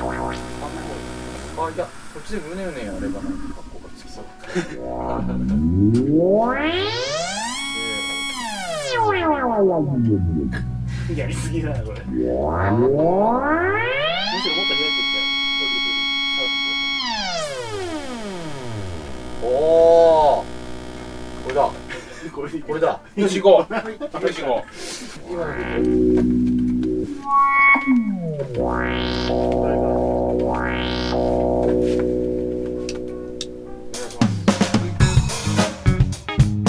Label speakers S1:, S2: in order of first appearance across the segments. S1: あいやこっちで胸ねやればなんか格好がつきそう
S2: やりすぎだなこれ
S3: むしろもっと開いてっち
S1: おおこれだ
S2: これでい
S1: これだよし行こ
S2: これで
S1: うよし行こ
S2: 今の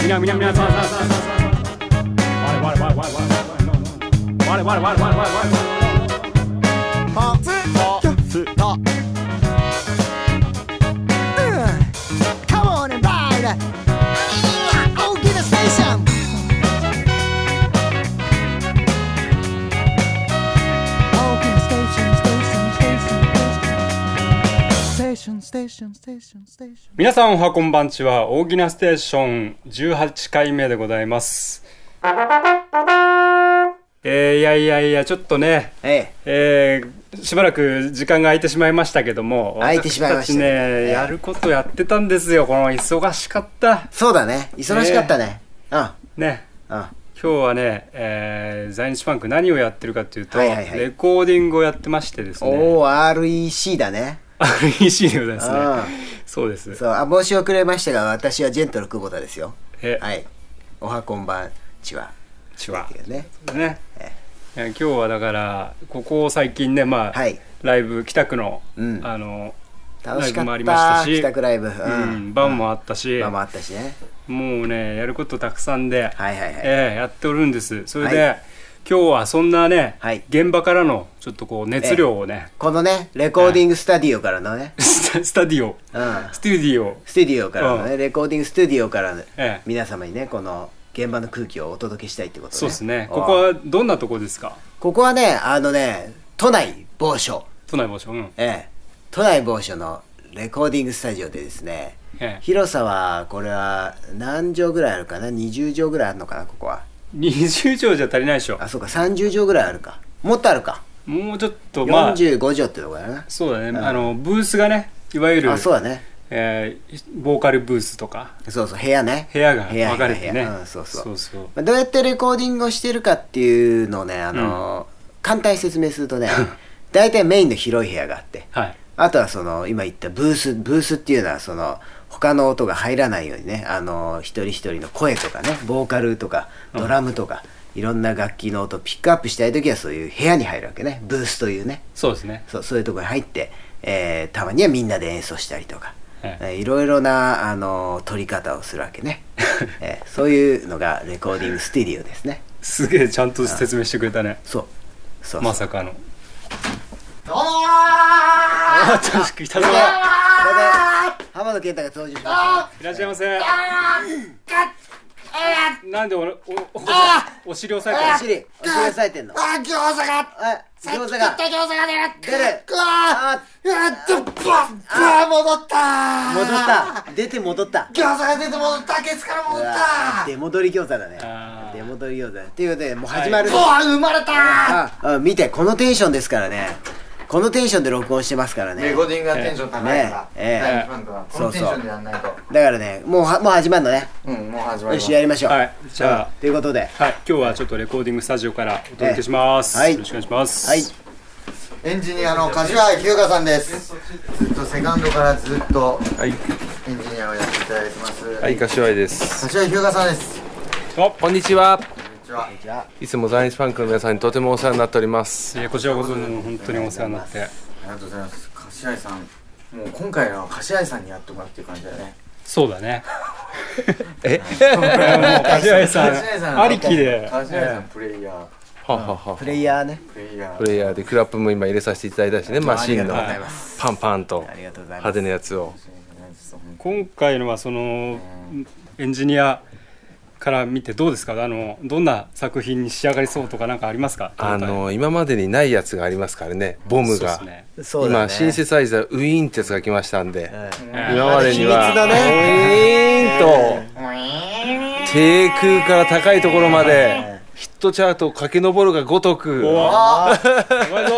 S4: 皆皆皆さんさんさんさんさん我々我々我々我々我々我々我々
S5: ポツキャストうんカモンバイル大きなステーション大きなステーションステーションステーションステーションステーションステーションステーションステーション
S4: 皆さんおはこんばんちは大きなステーション18回目でございますえー、いやいやいやちょっとね
S6: え
S4: えー、しばらく時間が空いてしまいましたけども
S6: 空いてしまいましたね
S4: 私たちね、
S6: ええ
S4: やることやってたんですよこの忙しかった
S6: えそうだね忙しかったね、
S4: ね
S6: うんうん
S4: 今日はね、えー在日パンク何をやってるかというと、
S6: はいはいはい
S4: レコーディングをやってましてですね
S6: おー REC だね
S4: REC でございますね
S6: ああ
S4: そうです
S6: そうあ申し遅れましたが私はジェントル久保田ですよ
S4: え
S6: はいおはこんばんちは
S4: ちは
S6: ね
S4: ね、えー今日はだからここ最近ねまあ、
S6: はい
S4: ライブ北区の、
S6: うん
S4: あの
S6: 楽し
S4: ライブ
S6: かっ
S4: もありました
S6: た
S4: し
S6: 帰宅ライブう
S4: うん、バンもあったし、
S6: バンもあったしね
S4: もうねやることたくさんで、
S6: はいはいはい、
S4: えーやっておるんですそれで、
S6: は
S4: 今日はそんなね、
S6: はい
S4: 現場からのちょっとこう熱量をね、
S6: このねレコーディングスタディオからのね、
S4: スタス タディオ
S6: うん
S4: スタディオ
S6: スタディオからのね、
S4: う
S6: レコーディングスタディオからの
S4: ええ
S6: 皆様にねこの現場の空気をお届けしたいってことね
S4: そうですね
S6: お
S4: ここはどんなとこですか
S6: ここはねあのね都内某所
S4: 都内防止うん
S6: ええ都内某所のレコーディングスタジオでですね
S4: ええ
S6: 広さはこれは何畳ぐらいあるかな20畳ぐらいあるのかなここは
S4: 20畳じゃ足りないでしょ
S6: あそうか30畳ぐらいあるかもっとあるか
S4: もうちょっとまあ
S6: 45畳ってとこだな
S4: そうだね、
S6: うん
S4: あのブースがねいわゆる
S6: あそうだね
S4: えーボーカルブースとか
S6: そうそう部屋ね
S4: 部屋が分かれて
S6: 部
S4: ね
S6: 屋部屋うんそうそう
S4: そうそう
S6: まあどうやってレコーディングをしてるかっていうのをねあの、簡単に説明す るとね大体メインの広い部屋があって
S4: はい
S6: あとはその今言ったブースブースっていうのはその他の音が入らないようにねあの一人一人の声とかねボーカルとかドラムとか、いろんな楽器の音をピックアップしたい時はそういう部屋に入るわけねブースというね
S4: そうですね
S6: そうそういうとこに入って、えーたまにはみんなで演奏したりとか、
S4: はい
S6: えーいろいろな、あの撮り方をするわ けね、えーそういうのがレコーディングステディオですね
S4: すげえちゃんと説明してくれたね
S6: そうそうそう
S4: ま
S6: こ
S4: さかの確かに
S6: れでこれで浜野健太が登場しました
S4: いらっしゃいませなんで俺おおお尻押さ
S6: お
S4: えてる
S6: 尻お尻押さえてんの
S7: あ、
S6: あ
S7: 餃子が
S6: 餃子
S7: 餃子が
S6: が
S7: 出る
S6: 出る
S7: うわあ
S6: あ
S7: っとバッバー戻った
S6: 戻った出て戻った
S7: 餃子が出て戻ったケツから戻
S6: う
S7: っ
S6: わ
S7: た
S6: 出戻り餃子だね
S4: あー
S6: 出戻り餃子だっていうことでもう始まる
S7: う
S6: ね、
S7: わ生まれた
S6: ああ見てこのテンションですからねこのテンションで録音してますからね
S1: レコーディングはテンション高いから、
S6: ええ
S1: 大丈夫なんだなこのテンションでやんないと
S6: だからねもうはもう始まるのね
S1: うんもう始
S6: よ
S1: まります
S6: しやりましょう
S4: はいじゃあ
S6: うんということで
S4: はい今日はちょっとレコーディングスタジオからお届けします、
S6: ええはい
S4: よろしくお願いします
S6: はい
S1: エンジニアの柏木優香さんですずっとセカンドからずっと
S8: はい、
S1: エンジニアをやっていただいてます、
S8: はい、柏井です。
S1: 柏木優香さんですこ
S4: お
S8: こんにちは。
S1: んにちはい
S8: つも在日ファンクの皆さんにとてもお世話になっております。
S4: えーこちらこそ本当にお世話になって
S1: ありがとうございます柏井さんもう今回は柏井さんにやってもらうっていう感じだよね
S4: そうだね
S8: え、
S4: もう柏井さ
S1: 柏井さ
S4: んありきで
S1: 柏井さんプレイヤー
S8: ははは。
S6: プレイヤーね
S1: プレイヤ
S8: プ
S1: ー
S8: レイヤーでクラップも今入れさせていただいたしね、マシンの
S4: ありがとうござい
S8: パンパンと
S6: ありがとうございます
S8: 派手なやつを。
S4: 今回のはそのエンジニアから見てどうですかあのどんな作品に仕上がりそうとかなんかありますか
S8: あの今までにないやつがありますからね、ボムが。
S4: そうですね
S6: そうだね
S8: 今シンセサイザーウィーンってやつが来ましたんで、今までに
S6: 秘
S8: は
S6: 密だね
S8: ウィーンと低空から高いところまでヒットチャートを駆け上るがごとく
S4: お
S8: ウ
S4: ーおめでとう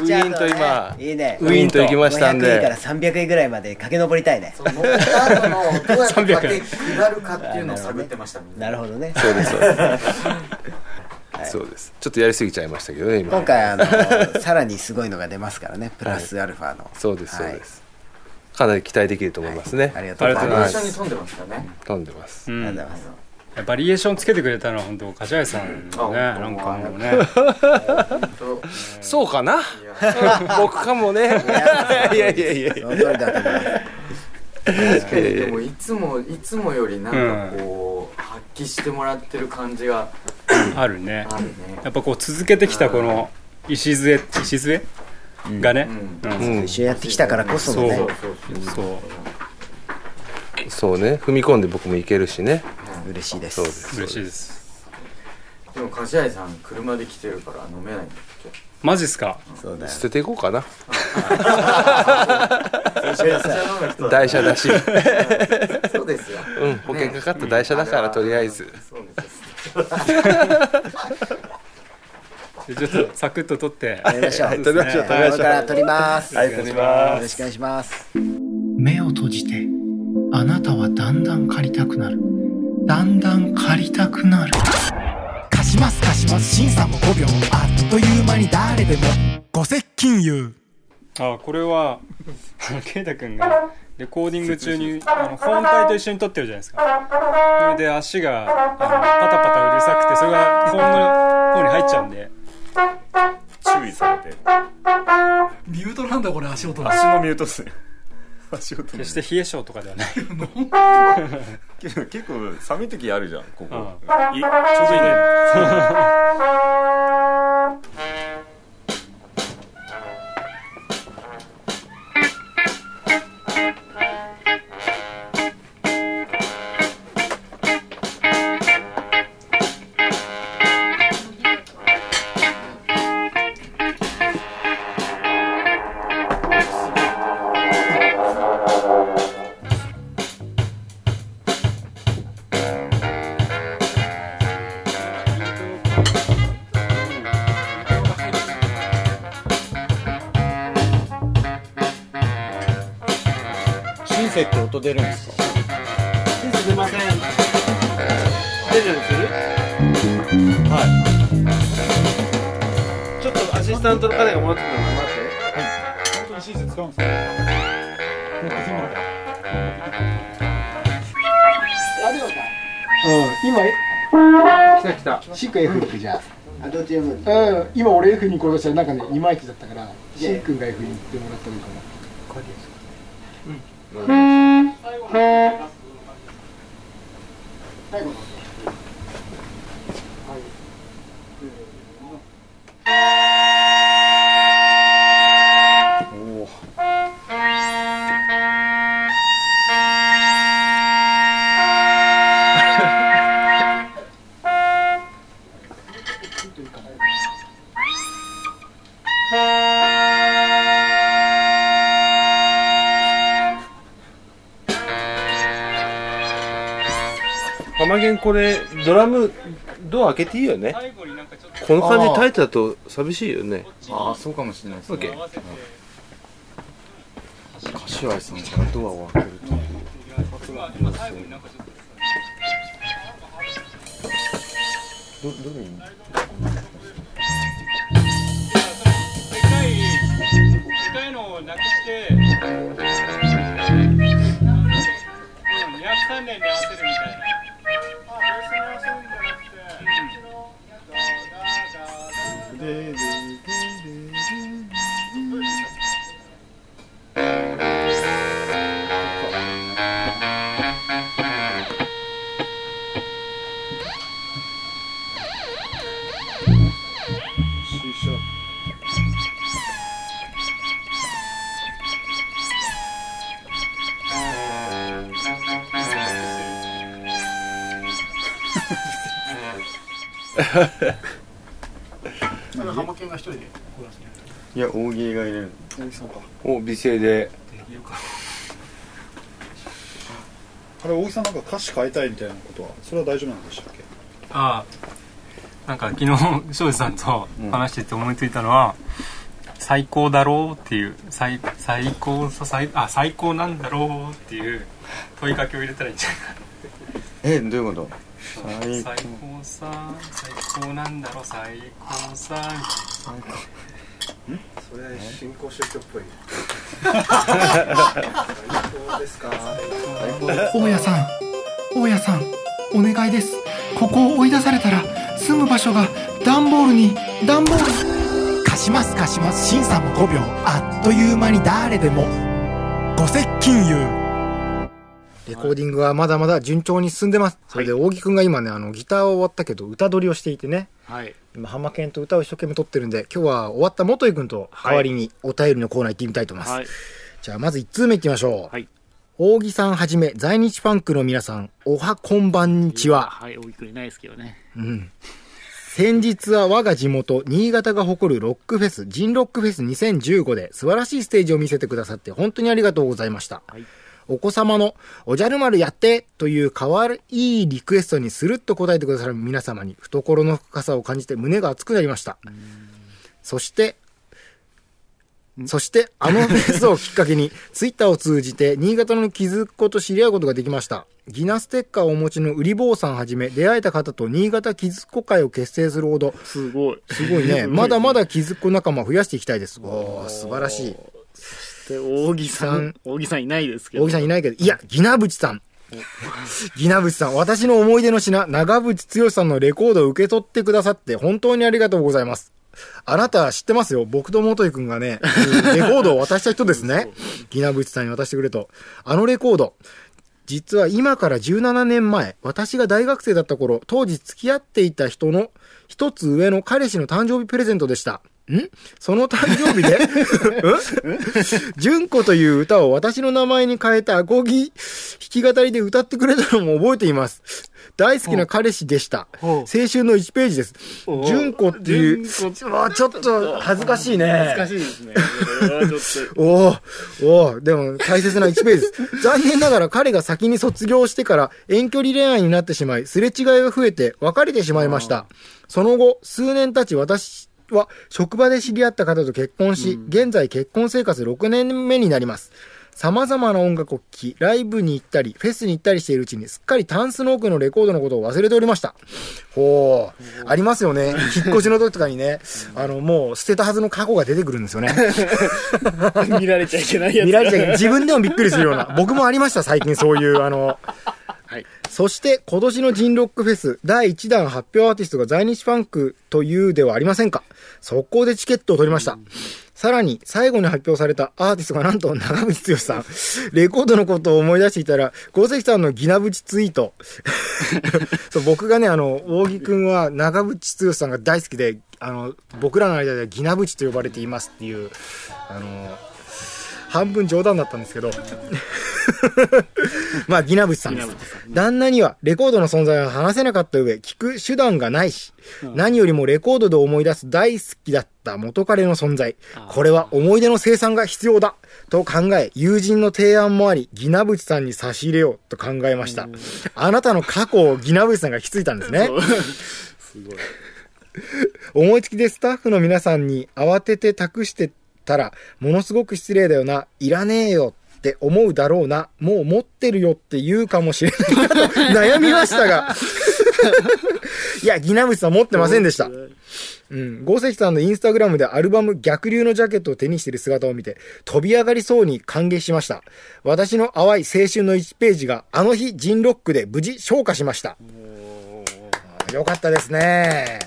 S8: ィ
S6: ちょっとね
S8: ウィーンと今
S6: いいね
S8: ウィーンと行きましたん
S6: 500円から
S8: で
S6: 300円ぐらいまで駆け上りたいね
S1: 乗った後のどうやって駆け下るかっていうのを探ってましたみんな
S6: なるほどね
S8: そうですそうですそうですちょっとやりすぎちゃいましたけどね今
S6: 今回あのさらにすごいのが出ますからねプラスアルファの
S8: そうですそう
S6: はい
S8: ですかなり期待できると思いますね
S6: ありがとうございま
S8: は
S6: す
S1: 一緒に飛んでますからね
S8: 飛んでます
S6: あ
S4: う
S6: り
S4: ん
S6: がとうございます
S4: バリエーションつけてくれたのは本当柏井さんだよね、
S1: うん
S4: なんかもうね
S1: そう
S8: そうかな僕かもねいやいやいやいや
S6: その通りだと思います
S1: 確かにでもいつもいつもよりなんかこう発揮してもらってる感じが
S4: あるね
S1: あるね
S4: やっぱこう続けてきたこの礎礎がね、う
S1: う
S4: ん
S8: うん
S6: 一緒にやってきたからこそのね
S1: そうそうそう
S4: そう
S8: そうね踏み込んで僕もいけるしね
S6: 嬉しいで
S8: そうですす
S4: 嬉しいです
S1: でも柏井さん車で来てるから飲めないんだっ
S4: マジっすか
S6: そうだよ
S8: 捨てていこうかな
S1: けめっちゃ飲む人だ
S8: 台車だし
S1: そうですよ
S8: うん保険かかった台車だからとりあえず
S1: そうですよ
S4: でちょっとサクッと取 って
S6: 撮りましょう
S8: はい撮りましょう撮りましょう
S6: これから撮ります
S8: はい撮ります
S6: よろしくお願いします
S3: 目を閉じてあなたはだんだん借りたくなるだんだん借りたくなる
S5: 貸します貸します審査も5秒あっという間に誰でも五石金融
S4: あこれは あの圭太君がレコーディング中にあの本体と一緒に撮ってるじゃないですかそれで足があのパタパタうるさくてそれが本の方に入っちゃうんで
S9: 注意されて
S3: ミュートなんだこれ足音
S9: 足のミュートっすね足音の
S4: 決して冷え性とかで はない
S9: 結構寒い時あるじゃんここ、
S4: うん
S9: いちょうどいいね
S2: シック F じゃあうん今俺 F に行こうとしたらなんかねいまいちだったからシックが F に行ってもらったのかな
S8: 浜源これドラムドア開けていいよねこの感じ耐えてたと寂しいよね
S1: ああそうかもしれないですね
S8: OK
S1: 柏井さんからドアを開けると
S4: でかいでかいのをなくしてうん203年に合わせるみたいな。
S1: いや大喜利が入れる
S8: お美声で
S10: あれ大木さんなんか歌詞変えたいみたいなことはそれは大丈夫なんでしたっけ
S4: ああなんか昨日庄司さんと話してて思いついたのは、最高だろうっていう最最高さ最あ最高なんだろうっていう問いかけを入れたらいいんじゃないか
S9: えどういうこと
S4: 最高さ最高なんだろう最高さ最
S11: それ新興宗教っぽい
S4: 高
S11: ですか
S3: 大家さん大家さんお願いですここを追い出されたら住む場所が段ボールに段ボール貸します貸します審査も5秒あっという間に誰でもご石金融
S12: レコーディングはまだまだ順調に進んでます。それで、大木くんが今ね、あの、ギターを終わったけど、歌取りをしていてね。
S13: はい。
S12: 今、浜県と歌を一生懸命撮ってるんで、今日は終わった元井くんと代わりにお便りのコーナー行ってみたいと思います。
S13: はい
S12: じゃあ、まず1通目行ってみましょう。大木さんはじめ、在日ファンクの皆さん、おはこんばんちは。
S13: はい、大きくいないですけどね。
S12: うん。先日は我が地元、新潟が誇るロックフェス、ジンロックフェス2015で素晴らしいステージを見せてくださって本当にありがとうございました。お子様のおじゃる丸やってという可愛いリクエストにスルッと答えてくださる皆様に懐の深さを感じて胸が熱くなりました。そして、そして、あのフェスをきっかけに、ツイッターを通じて、新潟の気づくこと知り合うことができました。ギナステッカーをお持ちの売り坊さんはじめ、出会えた方と新潟気づくこ会を結成するほど、
S13: すごい。
S12: すごいね。まだまだ気づくこ仲間を増やしていきたいです。おー素晴らしい。
S13: で、大木さん、大木さんいないですけど。
S12: 大木さんいないけど、いや、ギナブチさん。ギナブチさん、私の思い出の品、長渕剛さんのレコードを受け取ってくださって、本当にありがとうございます。あなた知ってますよ。僕と元井くんがね、レコードを渡した人ですね。ギナブチさんに渡してくれと。あのレコード、実は今から17年前、私が大学生だった頃、当時付き合っていた人の一つ上の彼氏の誕生日プレゼントでした。んその誕生日で、 純子という歌を私の名前に変えたアコギ弾き語りで歌ってくれたのも覚えています。大好きな彼氏でした。青春の1ページです。純子っていう、あちょっと恥ずかしいね。
S13: 恥ずかしいですね。
S12: おおおおでも大切な1ページ です。残念ながら彼が先に卒業してから遠距離恋愛になってしまい、すれ違いが増えて別れてしまいました。その後、数年経ち私は職場で知り合った方と結婚し、現在結婚生活6年目になります。様々な音楽を聴き、ライブに行ったり、フェスに行ったりしているうちに、すっかりタンスの奥のレコードのことを忘れておりました。ほう。ありますよね。引っ越しの時とかにね、あの、もう捨てたはずの過去が出てくるんですよね。
S13: 見られちゃいけないやつ。
S12: 見られちゃいけない自分でもびっくりするような。僕もありました、最近そういう、あの、そして、今年のジンロックフェス、第1弾発表アーティストが在日ファンクというではありませんか。速攻でチケットを取りました。さらに、最後に発表されたアーティストがなんと長渕剛さん。レコードのことを思い出していたら、五関さんのギナブチツイート。 そう僕がね、あの、大木くんは長渕剛さんが大好きで、あの、僕らの間ではギナブチと呼ばれていますっていう、あの、半分冗談だったんですけど、 まあ、ギナブチさんです。旦那にはレコードの存在を話せなかった上、聞く手段がないし、何よりもレコードで思い出す大好きだった元彼の存在。これは思い出の生産が必要だと考え、友人の提案もあり、ギナブチさんに差し入れようと考えました。あなたの過去をギナブチさんが引き継いだんですね。
S13: すごい。
S12: 思いつきでスタッフの皆さんに慌てて託してたら、ものすごく失礼だよな、いらねえよって思うだろうな、もう持ってるよって言うかもしれないな と悩みましたが。 いや、ギナブチさん持ってませんでした。うん。ゴセキさんのインスタグラムでアルバム逆流のジャケットを手にしている姿を見て、飛び上がりそうに感激しました。私の淡い青春の1ページが、あの日、ジンロックで無事消化しました。よかったですね。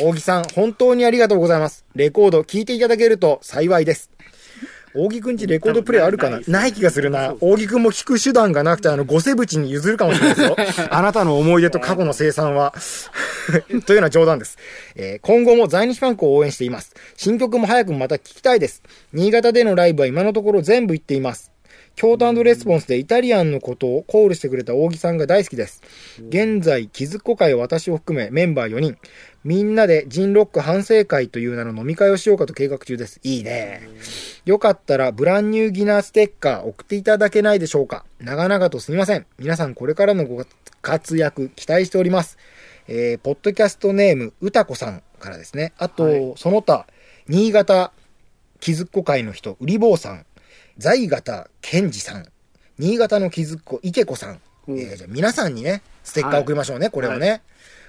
S12: 大木さん、本当にありがとうございます。レコード聞いていただけると幸いです。大木くんちレコードプレイあるかなない気がするな。大木くんも聞く手段がなくて、あの、ゴセブチに譲るかもしれない ですよ。あなたの思い出と過去の生産 は。というのは冗談です。えー今後も在日ファンクを応援しています。新曲も早くまた聞きたいです。新潟でのライブは今のところ全部行っています。京都レスポンスでイタリアンのことをコールしてくれた大木さんが大好きです。現在、気づっこ会は私を含めメンバー4人。みんなでジンロック反省会という名の飲み会をしようかと計画中です。いいね。よかったらブランニューギナーステッカー送っていただけないでしょうか。長々とすみません。皆さんこれからのご活躍期待しております。えー、ポッドキャストネーム、うたこさんからですね。あと、その他、新潟気づっこ会の人、うり坊さん、在方健二さん、新潟の気づっこ池子さん、えーじゃあ皆さんにね、ステッカー送りましょうね、これをね。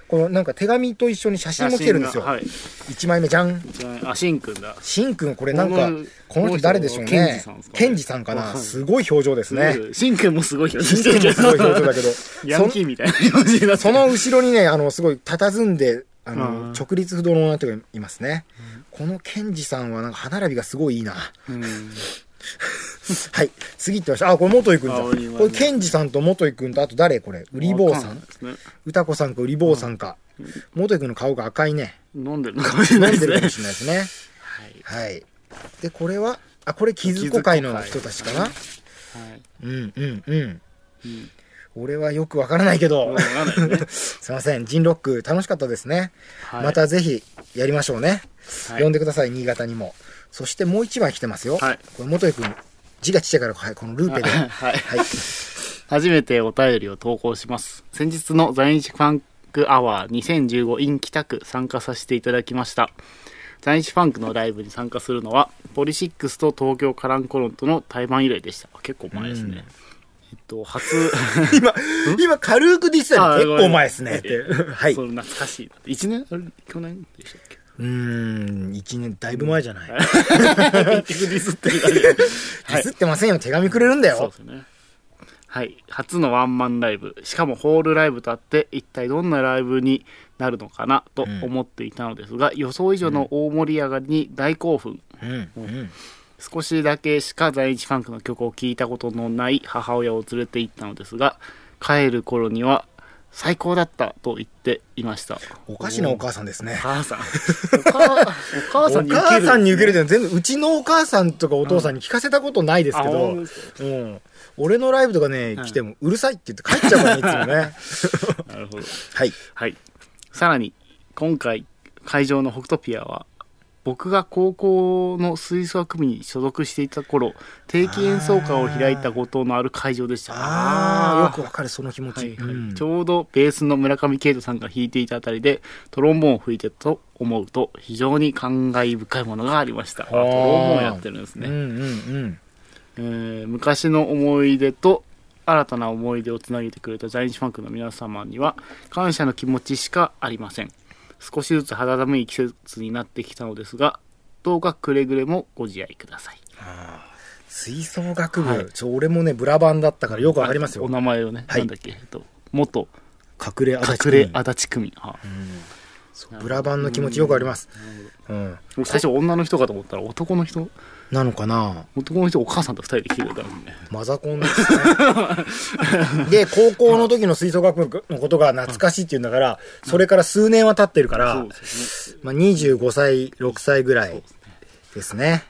S12: このなんか手紙と一緒に写真も来てるんですよ。
S13: 写真がはい
S12: 1枚目じゃん。
S13: あ、シンくんだ。
S12: しんくん、これなんか
S13: この、
S12: この人誰でしょう
S13: この人ケンジ
S12: ね
S13: さんです。かね
S12: ケンジさんかな。すごい表情ですね
S13: すご。いしんくんもすごい表
S12: しん
S13: 情
S12: くんもすごい表情だけど。
S13: ヤンキーみたいな感じ
S12: そその後ろにね、あの、すごい佇んで、あの、
S13: うん
S12: 直立不動の女の人がいますね。このケンジさんはなんか歯並びがすごいいいな。はい。次行ってました。あ、これ元井くん
S13: あ俺
S12: じゃん。
S13: 今
S12: これケンジさんと元井くんと、あと誰これウリ坊
S13: わか
S12: さ
S13: ない
S12: ん
S13: ですね
S12: 歌子さんかウリ坊さんか。元井くんの顔が赤いね。
S13: 飲んでるのかもしれない
S12: 飲
S13: で
S12: んでする
S13: ね
S12: かもしれないですね。はい。で、これは、あ、これ、気づこ会の人たちかな。うんうんうん。俺はよくわからないけど。 すいません。ジンロック楽しかったですね。
S13: はい
S12: またぜひやりましょうね。
S13: はい
S12: 呼んでください、新潟にも。そしてもう一枚来てますよ。これ、元井くん、字がちっちゃいから、はい、このルーペで。
S13: はい。初めてお便りを投稿します。先日の在日ファンクアワー2015 in 北区参加させていただきました。在日ファンクのライブに参加するのは、ポリシックスと東京カランコロンとの対バン以来でした。あ結構前ですね。えっ と、初。
S12: 今、今軽くディスったの
S13: あ
S12: 結構
S13: ごめ
S12: 前
S13: ん
S12: ですね。って
S13: ええ
S12: はい。
S13: その懐かしいな。1年、あれ去年でしたっけ
S12: うーん、一年、だいぶ前じゃない。
S13: 結局ディスってるだけ
S12: ディスってませんよ、手紙くれるんだよ。
S13: そうですね。はい。初のワンマンライブ。しかもホールライブとあって、一体どんなライブになるのかなと思っていたのですが、予想以上の大盛り上がりに大興奮。
S12: うん、うん。
S13: 少しだけしか在日ファンクの曲を聴いたことのない母親を連れて行ったのですが、帰る頃には、最高だったと言っていました。
S12: おかしなお母さんですね。お
S13: 母さん。お母さんに受ける
S12: お母さんに受けるっていうのは全部、うちのお母さんとかお父さんに聞かせたことないですけ
S13: あ
S12: ど、
S13: 本当
S12: う
S13: で
S12: ん。俺のライブとかね、来ても、うるさいって言って帰っちゃうからね、いつもね。
S13: なるほど。
S12: はい。
S13: はい。さらに、今回、会場の北斗ピアは、僕が高校の吹奏楽部に所属していた頃、定期演奏会を開いたことのある会場でした。
S12: ああ、よくわかる、その気持ち。うん
S13: ちょうどベースの村上慶斗さんが弾いていたあたりで、トロンボーンを吹いてたと思うと、非常に感慨深いものがありました。あトロンボーンやってるんですね。
S12: うんうん
S13: えー昔の思い出と新たな思い出をつなげてくれた在日ファンクの皆様には感謝の気持ちしかありません少しずつ肌寒い季節になってきたのですがどうかくれぐれもご自愛ください
S12: 吹奏楽部、ちょ俺もね、ブラバンだったからよくわかりますよ。
S13: お名前をね、
S12: はい
S13: なんだっけ、えっと、元
S12: 隠れ足立
S13: 隠
S12: 区
S13: れ足立区民あ
S12: ブラバンの気持ちよくあります。うん
S13: 僕最初女の人かと思ったら男の人
S12: なのかな
S13: 男の人お母さんと二人で来てくれたもんね
S12: マザコンですね。で、高校の時の吹奏楽部のことが懐かしいっていうんだから、それから数年は経ってるから、まあ、25歳、6歳ぐらいですね。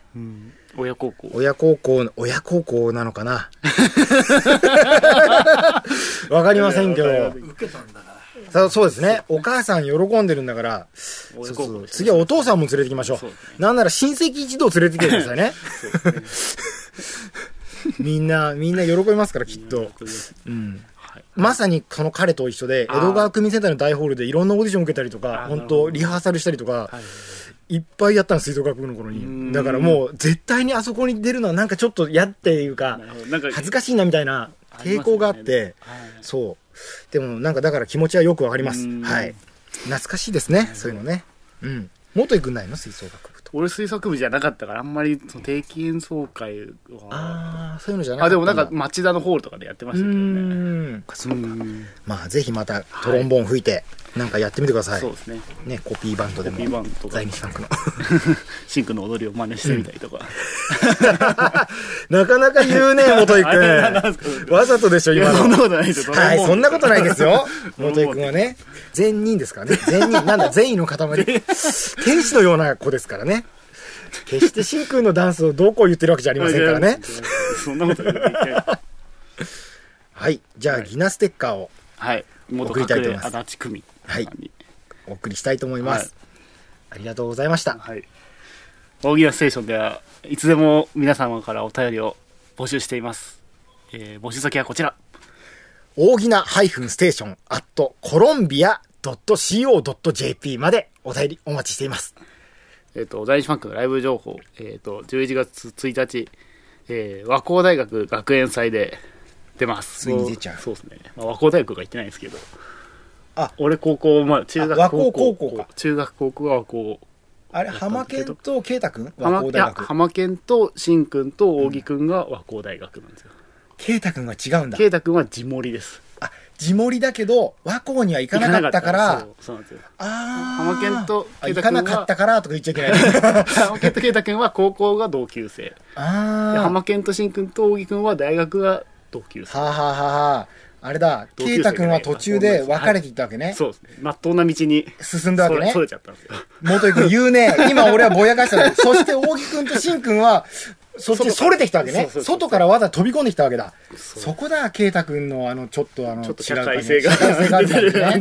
S13: 親孝行
S12: 親孝行、親孝行なのか なわかりませんけど。そうそうですね。お母さん喜んでるんだから、そうそう次はお父さんも連れてきましょう。なんなら親戚一同連れてきてくださいね。みんな、みんな喜びますから、きっと。うん。まさにその彼と一緒で、江
S13: あー
S12: 戸川区民センターの大ホールでいろんなオーディション受けたりとか、本当リハーサルしたりとか、いっぱいやったの、吹奏楽部の頃に。だからもう、絶対にあそこに出るのはなんかちょっと嫌っていうか、恥ずかしいなみたいな抵抗があって、そう。でもなんかだから気持ちはよくわかります。はい。懐かしいですね、そういうのね。うん。元井くんないの吹奏楽部。
S13: 俺吹奏楽部じゃなかったからあんまりその定期演奏会は
S12: あそういうのじゃな
S13: あでもなん
S12: かっ
S13: か
S12: た
S13: 町田のホールとかでやってましたけど
S12: うん。まあ、ぜひまたトロンボーン吹いて、なんかやってみてください。
S13: そうですね。
S12: ね、コピーバンドでも。
S13: コピーバンドとか
S12: 在日ファンクの。
S13: シンクの踊りを真似してみたりとか、
S12: なかなか言うね、元井
S13: あれななん
S12: くん。わざとでしょ、
S13: いや
S12: 今の。
S13: そんなことないです よ
S12: はい、そ
S13: トロ
S12: ん
S13: ンボーン
S12: なことないです よ。元井
S13: トロンボーン
S12: くんはね。善人ですからね。善人。なんだ、善意の 塊。天使のような子ですからね。決して真空のダンスをどうこう言ってるわけじゃありませんからね。
S13: そんなこと言って
S12: はい。じゃあ、ギナステッカーを。
S13: はい元
S12: 送りたいと思います
S13: 隠れ足立区民
S12: はい。お送りしたいと思います。ありがとうございました。
S13: はい。大喜利ステーションではいつでも皆様からお便りを募集しています、えー募集先はこちら
S12: 大ぎなハイフンステーションアットコロンビア .co.jp までお便りお待ちしています。
S13: えっ、と、在日ファンクのライブ情報、えっ、と、11月1日、えー和光大学学園祭で出ます。
S12: ついに出ちゃう
S13: そうですね。まあ、和光大学が行ってないんですけど。あ、俺高校、まあ、中学
S12: 和光高校
S13: か。中学高校は和光。
S12: あれ浜県と圭太君和
S13: 浜
S12: 光
S13: い
S12: 大
S13: や
S12: 学
S13: 浜県と新君と扇君が和光大学なんですよ。
S12: 圭太君は違うんだ
S13: 圭太君は地盛りです。
S12: 地盛りだけど和光には行かなかったから
S13: そうそうなんですよ。
S12: 浜
S13: 県と
S12: あ行
S13: 圭太
S12: か
S13: 君
S12: な
S13: は
S12: かったからとか言っちゃいけない
S13: 浜県と圭太君は高校が同級生。
S12: あ
S13: で
S12: あ
S13: 浜県と新君と扇君は大学が同級生。
S12: はあ、はあはあはあ、あれだ
S13: 同級
S12: 圭
S13: 生じ
S12: 太
S13: ゃない
S12: 君は途中で別れていったわけね、
S13: そうですね。まっとうな道に
S12: 進んだわけね
S13: それそれちゃったんですよ。
S12: 元井君言う ね今俺はぼやかしたのそして扇君と新君はそっちにそれてきたわけね
S13: そうそうそう
S12: 外からわざ飛び込んできたわけだそこだ圭太君のあのちょっとあの
S13: ちょっと
S12: 違
S13: 社
S12: う感
S13: 会
S12: じ
S13: 性が
S12: 社会性がある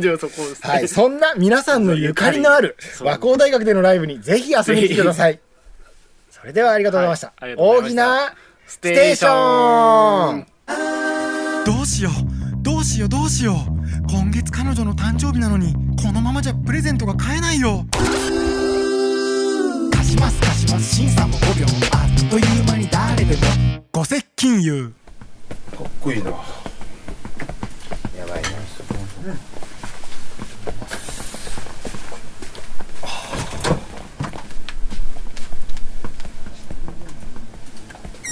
S12: 感 じね
S13: でもそこですね
S12: はい、そんな皆さんのゆかりのある和光大学でのライブにぜひ遊びに来てください。 それではありがとうございました。
S13: りがとうござい
S12: 大
S13: ま
S12: き
S13: した
S12: なステ
S13: テ
S12: ー
S13: ー
S12: シ
S13: シ
S12: ョ
S13: ョ
S12: ン
S3: どうしようどうしようどうしよう今月彼女の誕生日なのにこのままじゃプレゼントが買えないよ貸します貸します新さんも5秒あっという間に誰でもご接近言
S12: かっこいいな。
S6: やばいな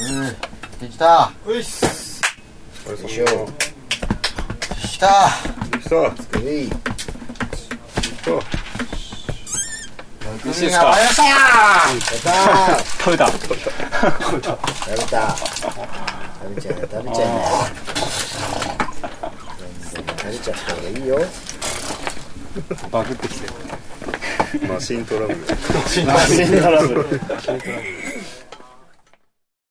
S7: うんできた
S10: ういっす
S6: よいしょ
S7: できた
S10: できた
S6: えい
S7: 美味しいですかやった
S6: やった
S4: 食べた食べ
S6: た食べた食べちゃえ食べちゃえ食べちゃった方がいいよ
S10: バグってきてるマシントラブル
S6: マシントラブル